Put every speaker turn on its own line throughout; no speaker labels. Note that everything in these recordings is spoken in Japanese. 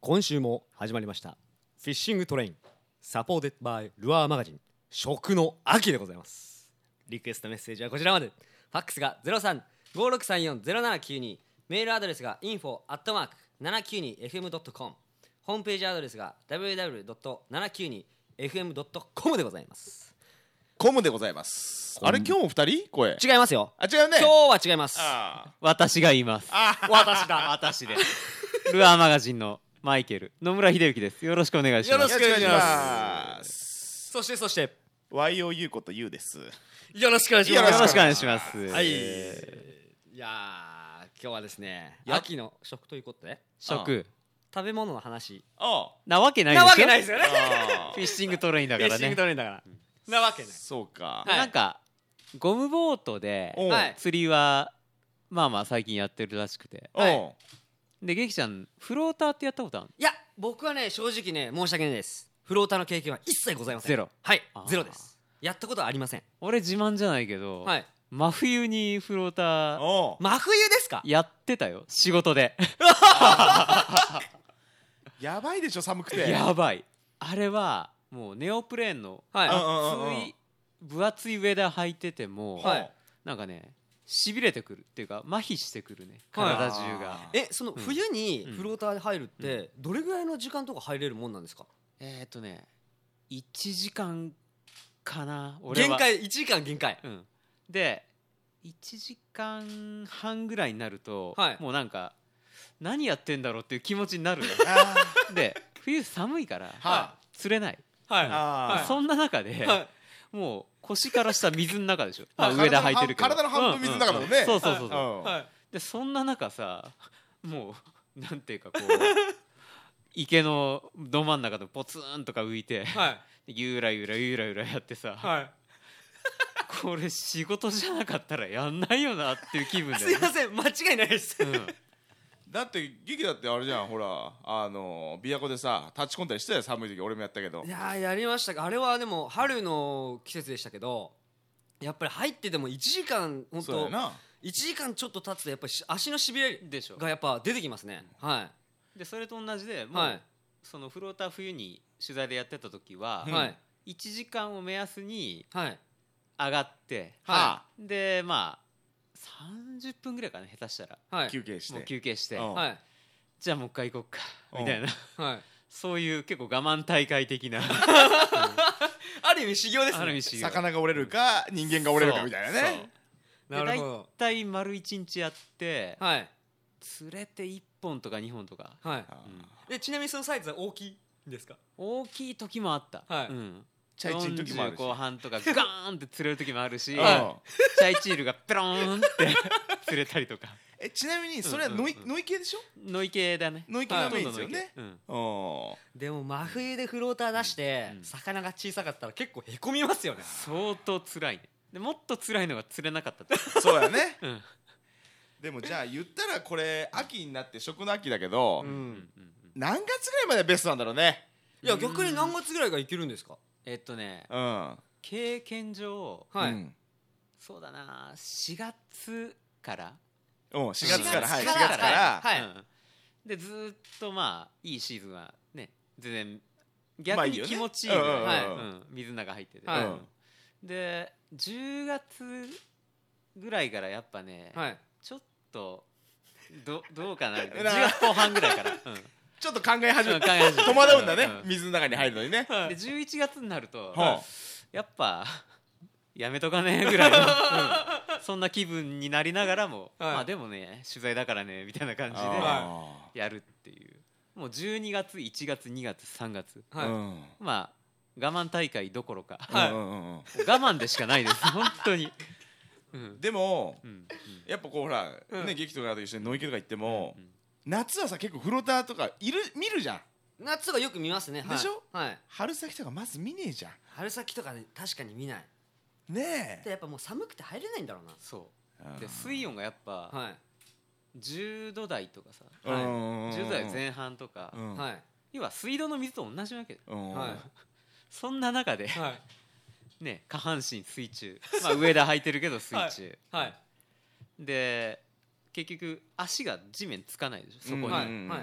今週も始まりましたフィッシングトレインサポーテッドバイルアーマガジン食の秋でございますリクエストメッセージはこちらまでファックスが0356340792
メールアドレスが info.792fm.com ホームページアドレスが www.792fm.com でございます
コムでございますあれ今日も二人声
違いますよ
あ違うね
今日は違います
あ
私が言います
私だ
私ですルアーマガジンのマイケル野村秀幸ですよろしくお願いします
ーよろしくお願いします
そしてそして
ワイオユウコとユウです
よろしくお願いし
よ
ま
ろ
す
よろしくお願いします
はいいやー今日はですね
や
秋の食ということで
食
食べ物の話
あ
なわけないで
なわけない
す
ですよね
あ あ
フィッシングトレインだ
フ
か
ィッ
ら
シング
ね
トレインだからなわけない
そう
は
か
い
なんかゴムボートで
おう
はい
釣りはまあまあ最近やってるらしくて
おう
はい
でゲキちゃんフローターってやったことある
いや僕はね正直ね申し訳ないですフローターの経験は一切ございません
ゼロ
はい
あー
ゼロですやったことはありません
俺自慢じゃないけど、
はい
真冬にフローター
おう
真冬ですか
やってたよ仕事で
やばいでしょ寒くて
やばいあれはもうネオプレーンの
はい
うん
厚い分厚いウェダー履いてても、
はい
なんかねしびれてくるっていうか麻痺してくるね
はい
体中が、
え
えその冬に
うん
フローターで入るってどれぐらいの時間とか入れるもんなんですか
えーっとね1時間かな俺は
限界1時間限界
うん、で1時間半ぐらいになると、
はい
もうなんか何やってんだろうっていう気持ちになるの
あ
で冬寒いから、
は
釣れない、
はい
ーあ
そんな中で、
はい
もう腰から下水の中でしょ、まあ、
はい
上で履いてるけど
体の半分水の中だもんね
ううそうそうそう
ー
そう、
うん
はい
でそんな中さもうなんてい うかこう池のど真ん中でポツンとか浮いて、
はい
ゆらゆらゆらゆらやってさ、
はい
これ仕事じゃなかったらやんないよなっていう気分だ
すい
よ
ま
ね、
せん間違いないです
うん、
だって劇だってあれじゃんほらあの琵琶湖でさ立ち込んだりしてたよ寒い時俺もやったけど
いやーやりましたかあれはでも春の季節でしたけどやっぱり入ってても1時間本
そう
当
やな
1時間ちょっと経つとやっぱりし足のしびれ
でしょ
がやっぱ出てきますねは
でそれと同じで
い
もう、
はい
そのフローター冬に取材でやってた時は、
うん
はい
1時間を目安に
はい
上がって、
は
でまあ30分ぐらいかな下手したら
はい
休憩し
もう
て
休憩して、
うん
はい
じゃあもう一回行こうか
うん
みたいな
はい
そういう結構我慢大会 的な
ある意味修行です
ある意
ね
味修行
魚が折れるか人間が折れるかみたいな
そうそう
ね
なるほど
大体丸 一日やって
はい
釣れて1本とか2本とか、
はい
あー
うん
でちなみにそのサイズは大きいんですか
大きい時もあった、
はい
うん、
チャイチン時もあるし
40後半と かガーンって釣れる時もある
う
し、
ん
チャイチールがペローンって釣れたりとか
えちなみにそれはノイ
うんうんうん
ノイ系でしょ
ノイ系だね
ノイ系が
ほと
メイ
ん
ンで
ど
すよ
ノイ系
ね
うん
うん
でも真冬でフローター出して
うん
魚が小さかったら結構へこみますよね
相当辛いねでもっと辛いのが釣れなかったって
そうやね
うん
でもじゃあ言ったらこれ秋になって食の秋だけど、
うん
うんうん
何月ぐらいまでベストなんだろうね
いや逆に何月ぐらいがいけるんですか
えっとね
うん
経験上
は
う
い
ん
そうだな4月から
うん、4月からはい
4
4
月
月
から
から、
はい
うんでずーっとまあいいシーズンはね全然
まあい
逆
い
に
よね
気持ちいいぐらい、
はい
うんうんうん
うん水の中入ってて、
はい
うん
で10月ぐらいからやっぱね、
はい
ちょっとどどうかなみたい
な
な10月後半ぐらいから、うんうん
ちょっと考え始め
考
た
え始めて
戸惑うんだね、
う
水の中に入るのにね、
んで11月になると、
は
やっぱ やめとかね ぐらいの、うんそんな気分になりながらも、
はい
まあでもね取材だからねみたいな感じ
あ
でやるっていうもう12月1月2月3月
はい
うん
まあ我慢大会どころか、
はい
うんうんうん
我慢でしかないです本当に、うん
でも
うんうん
やっぱこうほら、
うん
ね劇とかと一緒にノイケとか行っても、
うん
夏はさ結構フローターとかいる見るじゃん
夏がよく見ますねはい
でしょ
はい
春先とかまず見ねえじゃ
春先とかね確かに見ない
んね
でやっぱもう寒くて入れないんだろうな
そ
え
うで水温がやっぱ
はい
10度台とかさ、
はい
10
10
度台前半とか、
うん
はい
要は水道の水と同じわけ
うん
は
そんな中で
いはい
ね下半身水中、まあ、上田履いてるけど水中、
はい
で結局足が地面つかないでしょそこに、
うんはい
うんうんうん
はい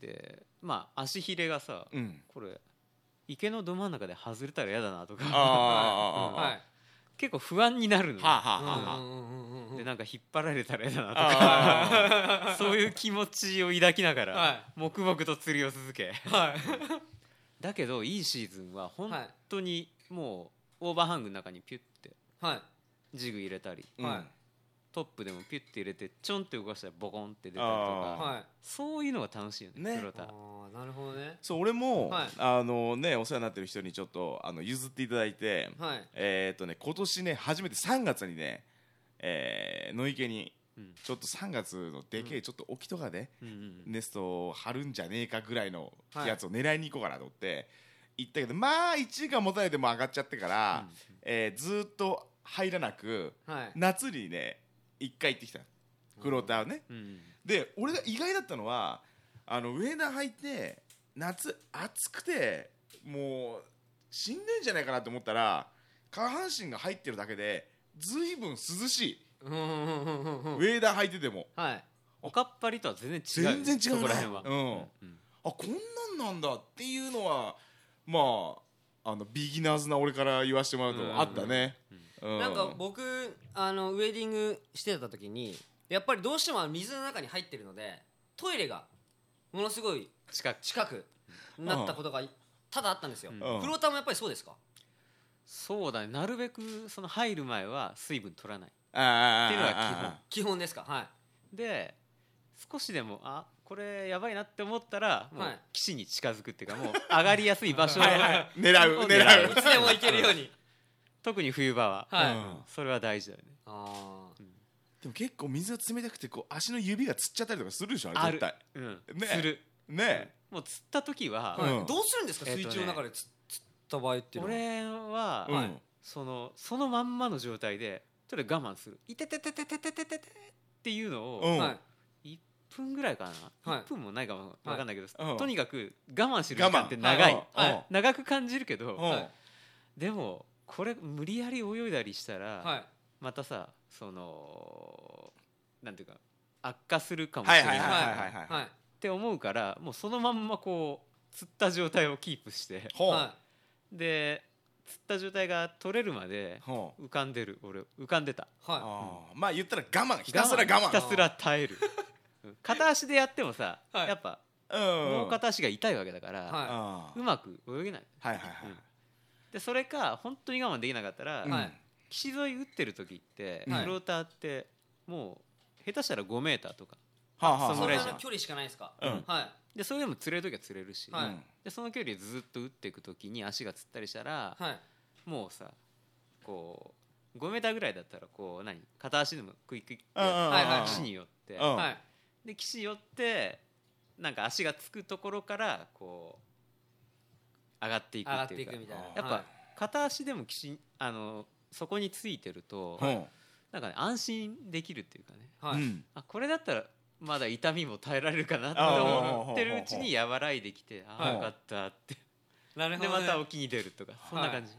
でまあ足ひれがさ、
うん
これ池のど真ん中で外れたら嫌だなと
あ
か
あ ああああ
はい
結構不安になるの、
はあはあはあはあ
うんうんうんうんうん
でなんか引っ張られたら嫌だなとか
あ
そういう気持ちを抱きながら、
はい
黙々と釣りを続け
はい
だけどいいシーズンは本
はい
当にもうオーバーハングの中にピュッて
はい
ジグ入れたり
ーうん
はい
トップでもピュッて入れてちょんって動かしたらボコンって出たりと
あー
か
はい
そういうのが楽しいよね
ね
黒
あ
田
ーなるほどね
そう俺も
はい
あのねお世話になってる人にちょっとあの譲っていただいて
はい
えーっとね今年ね初めて3月にねえー野池に
うん
ちょっと3月のでけえちょっと沖とかで
うんうん
ネストを張るんじゃねえかぐらいの
はい
やつを狙いに行こうかなと思って行ったけどまあ1時間もたれてもう上がっちゃってから、えーずーっと入らなく
はい
夏にね1回行ってきた黒田をね、
うんうん
で俺が意外だったのはあのウェーダー履いて夏暑くてもう死んでんじゃないかなと思ったら下半身が入ってるだけでずいぶん涼しい、
うんうんうんうんうんうん
ウェーダー履いてても
はい
おかっぱりとは全然違うよ
全然違うね
そこら辺は
うん
うん
あこんなんなんだっていうのはまああのビギナーズな俺から言わせてもらう
うん
とあったね、う
なんか僕あのウェディングしてた時にやっぱりどうしてもあの水の中に入ってるのでトイレがものすごい
近く
近くなったことがただあったんですよ、
うん
フローターもやっぱりそうですか
そうだねなるべくその入る前は水分取らない
あ
っていうのが
基本ですかはい
で少しでもあこれやばいなって思ったらもう
はい
岸に近づくっていうかもう上がりやすい場所を
基本狙う
を
狙う
いつでも行けるように
特に冬場は、
はい、
うん
それは大事だよね
あ
でも結構水が冷たくてこう足の指がつっちゃったりとかするでしょあれ
あ
絶
る
対
うん
ね
する
ね
もう釣った時は、
ー、はい
うん
どうするんですか、
えっとね
水中の中でつ釣った場合っていうのは
俺は、
うん、
そのそのまんまの状態でとりあえず我慢する「いててててててててて」っていうの
う
を
ん
はい
1分ぐらいかな、
はい
1分もないかも分かんないけど、
うん
とにかく我慢する時
我
間
慢
って長い、
うん
はい
長く感じるけど、
うん
はい
でもこれ無理やり泳いだりしたら、
はい
またさそのなんていうか悪化するかもし
は
れ
い
な
はい
い、
はい
っ
はい
はい
て思うからもうそのまんまこう釣った状態をキープして
ほう、
は
で釣った状態が取れるまで
ほう
浮かんでる俺浮かんでた
いはい
あーまあ言ったら我慢ひたすら
ひ
我
たすら耐 えるうん片足でやってもさ、
はい
やっぱ
慢
も
う
うん片足が痛いわけだから、
は
あー
うまく泳げない、
はいはい
うんでそれか本当に我慢できなかったら、
はい
はい
岸沿い打ってる時って、
はい
フローターってもう下手したら5メーターとか
は
侍
そん
じゃ
なん距離しかないですか、
うん
はい
でそれでも釣れる時は釣れるし、
はい
でその距離ずっと打っていく時に足がつったりしたら、
はい
もうさこう5メーターぐらいだったらこう何片足でもクイックイッって
うんうんうん
はいはい
岸に寄って、
うん
はい
で岸寄ってなんか足がつくところからこう上がっていく
上が
っ
ってて
いう
い
か
くみたいな
あー
やっ
は
ぱ片足でも岸あのそこについてると、
うんうん
なんかね安心できるっていうかね
い、はい
うん
あこれだったらまだ痛みも耐えられるかな
あ
と
ー
思ってるうちに和らいできてあ
は
あ
い
よかったって
なるほ
で
ど、
ま
ね、
た沖に出るとかそんな感じ、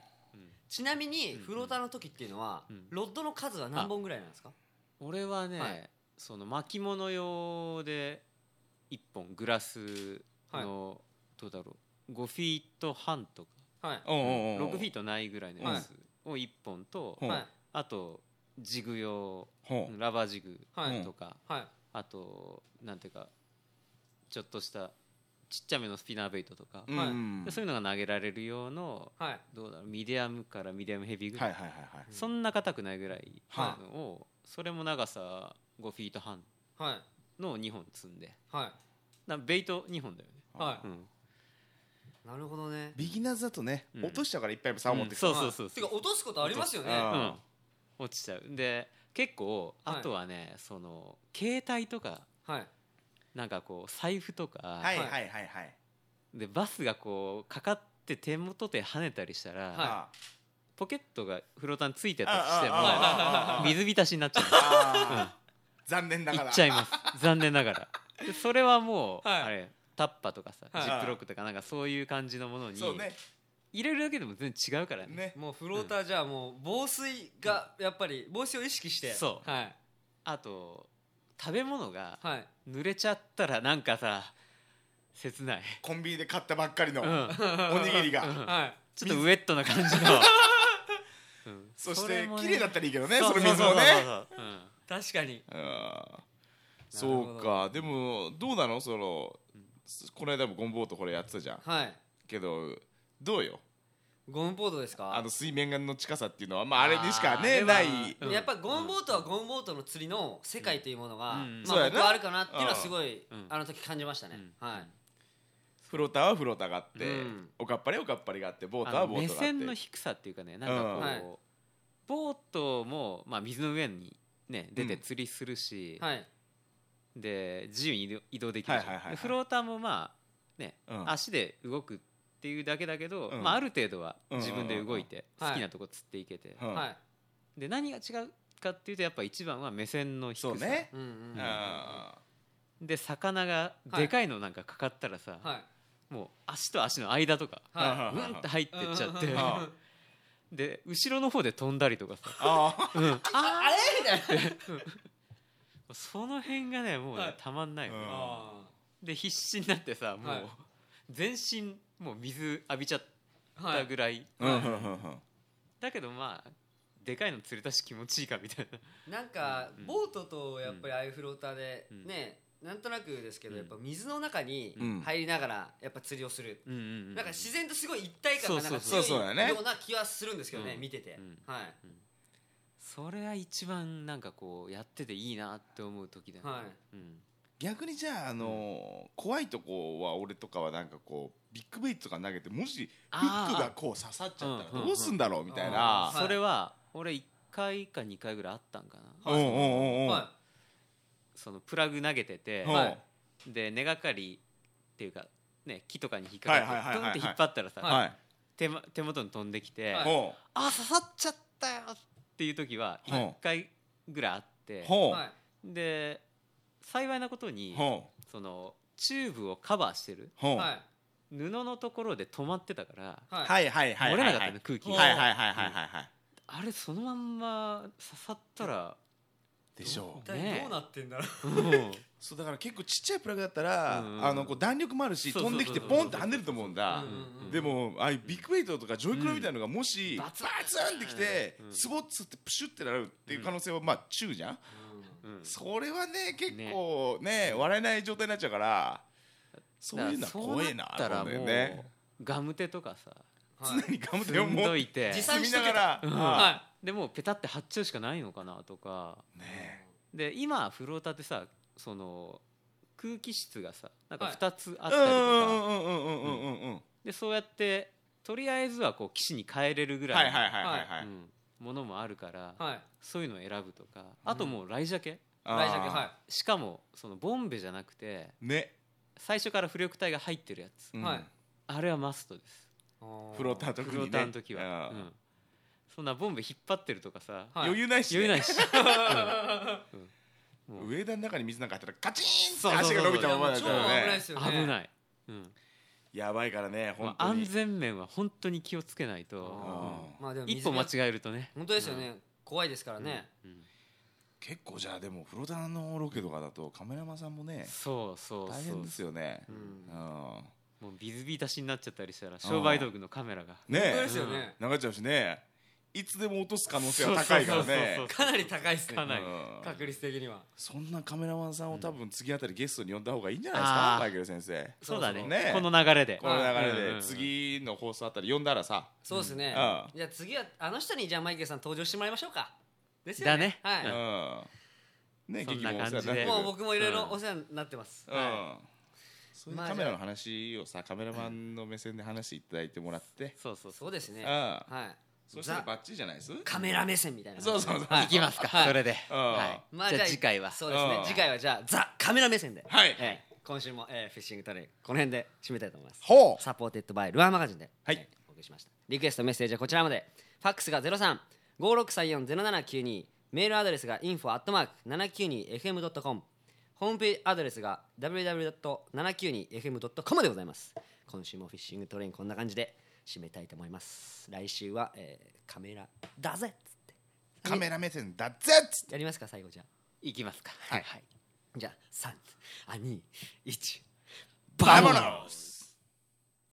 ちなみに
うん
フローターの時っていうのは、
うん
ロッドの数は何本ぐらいなんですか
俺はね、
はい
その巻物用で1本グラスの、どうだろう5フィート半とか
はい
うんうんうん
6フィートないぐらいのやつを1本と、
うん
はい
あとジグ用
ほう
ラバージグ
はい
とか、
はい
あとなんていうかちょっとしたちっちゃめのスピナーベイトとか、
うんうん
でそういうのが投げられる用の
はい
どうだろうミディアムからミディアムヘビーぐら、
はいいはいはいはい
そんな硬くないぐらい
は
のを、それも長さ5フィート半
はい
の2本積んで
は
なベイト2本だよね、
いは
うん
いなるほどね
ビギナーズだとね、
うん
落としたからいっぱい竿持ってくる、
そうそうそう
はい
そ
て
う
か落とすことありますよね
落とす
は
うん、落ちちゃうで結構あ
はい
とはね、その携帯とか
い
なんかこう財布とか、
はいはいはいはい
でバスがこうかかって手元で跳ねたりしたら、
はい
あ
ポケットがフローターについて
ー
たとしても
あーあーあーあー
水浸しになっちゃ
あー残念
う
なが
い
ら
っちゃいます残念ながらでそれはもう、
はい
あれタッパとかさ、
はい
ジップロックとかなんかそういう感じのものに
そうね
入れるだけでも全然違うからね
ね
もうフローターじゃあもう防水がやっぱり防水を意識して
そう
はい
あと食べ物が
はい
濡れちゃったらなんかさ切ない、
コンビニで買ったばっかりの
う
お
ん、
にぎりが、
うん
はい
ちょっとウェットな感じの、うん
そし
それ
て
もね
綺麗だったらいいけどね
う
そうの水もね
うそうそううん
確かに
あー
なるほ
そ
ど
うかでもどうなのそのこの間もゴンボートこれやってたじゃん
はい
けどどうよ
ゴムボートですか
あの水面の近さっていうのはまああれにしか
あーあ
ね
れは
ない
うん
やっぱゴムボートはゴムボートの釣りの世界というものが、
うん
ま
そう
あ
やな
僕はあるかなっていうのはすごい、
うん
あの時感じましたね、
うん
はい
フローターはフローターがあって
うん
おかっぱりはおかっぱりがあってボートは
あの
ボー
目
トがあって
線の低さっていうかねなんかこう、
うん
はい
ボートも、まあ、水の上に、ね、出て釣りするし、
はい
で自由に移動移動できるじゃん、
はいはいはいはい
でフローターもまあ、ね
うん
足で動くっていうだけだけど、
うん
まあ、ある程度は自分で動いて、
うんうんうん
好きなとこ釣っていけて、
うん
はい
で何が違うかっていうとやっぱ一番は目線の低さ
そうね
うんうんうんうんは
あ
で魚が
はい
でかいのなんかかかったらさ、
いはい
もう足と足の間とか、
は
あ
うんって入ってっちゃって、
うん
あ
で後ろの方で飛んだりとかさ
あ
うん、あ
れみたいな
その辺がねもうね、
はい
たまんないよね、
うん
あ
で必死になってさもう、
はい
全身もう水浴びちゃっ
ーは
た
い
ぐらい、
うんうんうんうん
だけどまあでかいの釣れたし気持ちいいかみたいな
なんか
うん
ボートとやっぱりああいうフローターで
うん
ねなんとなくですけど
うん
やっぱ水の中に
うん
入りながらやっぱ釣りをする
うんうんう
なんか自然とすごい一体感がなんか
そ
強
うそうそうそうだね
いような気はするんですけどね
うん
見てて
うん
はい
それは一番なんかこうやってていいなって思う時だね、
はい
うん
逆にじゃああのー怖いとこは俺とかはなんかこうビッグベイトとか投げてもしフックがこう刺さっちゃった
うんうん
らどうすんだろうみたい
あ
な
ーはい
それは俺1回か2回ぐらいあったんかな
うんうんうんうん
は
そのプラグ投げてて、
うん
はい
で根がかりっていうかね木とかに引っか
はいはい
かっ
はい
て
はいは
ドン
い
って引っ張ったらさ、
はい
はい
手ま手元に飛んできて、
は
ほ
あ刺さっちゃったよっていう時は
はい
1回ぐらいあっ
う
て、
い
ほ
はいう
で幸いなこと
う
に
ほ
そのチューブをカバーしてる
うほう
は
はい
布のところで止まってたから
はい
はいはいはい
漏れなかった
は
ね
い
空気
は
はいはいはいはいはいはい
あれそのまんま刺さったら
でしょ
一
う
体どうなってんだろう
うん
そうだから結構ちっちゃいプラグだったら
うんうん
あのこう弾力もあるし
そうそ
飛
うんそう
で
そ
き
う
てポンって跳ねると思うんだ
うんうんうん
でもああいうビッグウェイトとかジョイクロみたいなのがもし
うん
バツンってきて
うん
スボッつってプシュってなるっていう可能性はまあ中じゃん
うん
それはね結構ね笑えない状態になっちゃうからそういうのは怖えな
だから
と
そ
思
う
うんだよ
なったらも
ね
うガム手とかさ
はい
常にガム
積
テを
ん
持っ
ど
て
いて
持参
積みながら
うん
あ
は
でもうペタって発注しかないのかなとか
あね
で今フローターってさその空気質がさなんか
はい
2つあ
う
っ
ん
たりとか、
うんうんうんうんうんうん
でそうやってとりあえずはこう騎士に変えれるぐ
は
ら
い
いの
はいはいはいはい
うんものもあるから、
いはい
そういうのを選ぶとかあともう来ジャケ、
あー
大丈夫は
しかもそのボンベじゃなくて
ね
最初から浮力体が入ってるやつ、
うん
はい
あれはマストです
い
フローター特に
フ
ね
ローターの時は、
う
うんんそんなボンベ引っ張ってるとかさ、
はい
余裕ないしね
余 裕ないし、うんうん
上田の中に水なんか入ったらガチー
そ
ン
う
って
そう
足
そう
が伸びたままだ
いや
った
もう超危ない
ら
で
ね
すよね
危ない、うん
やばいからね
ま
本
あ、
当
安
に
全面は本当に気をつけないと、
あー
まあでも
一
水
歩間
際
違えるとね
本当ですよね怖いですからね
うん
結構じゃあでもフローターのロケとかだとカメラマンさんもね
そうそうそう
大変ですよね
う
うんん
もうビズビー出しになっちゃったりしたら商売道具のカメラが
本
ね
当
え
ですよね
流れちゃうしねいつでも落とす可能性は高いから
そ
ね
う
かなり高いですね
かなり
うん
確率的には
そんなカメラマンさんを多分次あたりゲストに呼んだ方がいいんじゃないです
あ
か
ー
マイケル先生
そうだね
そ
ろそろね
この流れで
この流
うんうん
れ
う
で
ん
次の放送あたり呼んだらさ
そうですね
うん
じゃあ次はあの人にじゃあマイケルさん登場してもらいましょうかです
だ
よ
ね
ね
う
は
んね劇もお世話になって
そんな感じで
い
る
もう僕もいろいろ
うん
お世話になってます
うん
は
そういう
まあ
カメラの話をさカメラマンの目線で話していただいてもらって
そうそ
いうそうですね
ああ
はい
そしたら
ザ
バッチリじゃないです
カメラ目線みたいな
そうそうそう
はい
行きますかそれで
うん
はいじゃあ次回は
そうです
う
ね
ん
次回はじゃあザカメラ目線で
はい
ええ今週もええフィッシングトレインこの辺で締めたいと思います
ほう
サポーテッドバイルアーマガジンで、
はい
えーお送りしましたリクエストメッセージはこちらまでファックスが0356340792メールアドレスが info.792fm.com ホームページアドレスが www.792fm.com でございます今週もフィッシングトレインこんな感じで締めたいと思います来週は、えーカメラだぜっつって
カメラ目線だぜっつって
やりますか最後じゃあ
行きますか
はい、じゃあ321
バモノ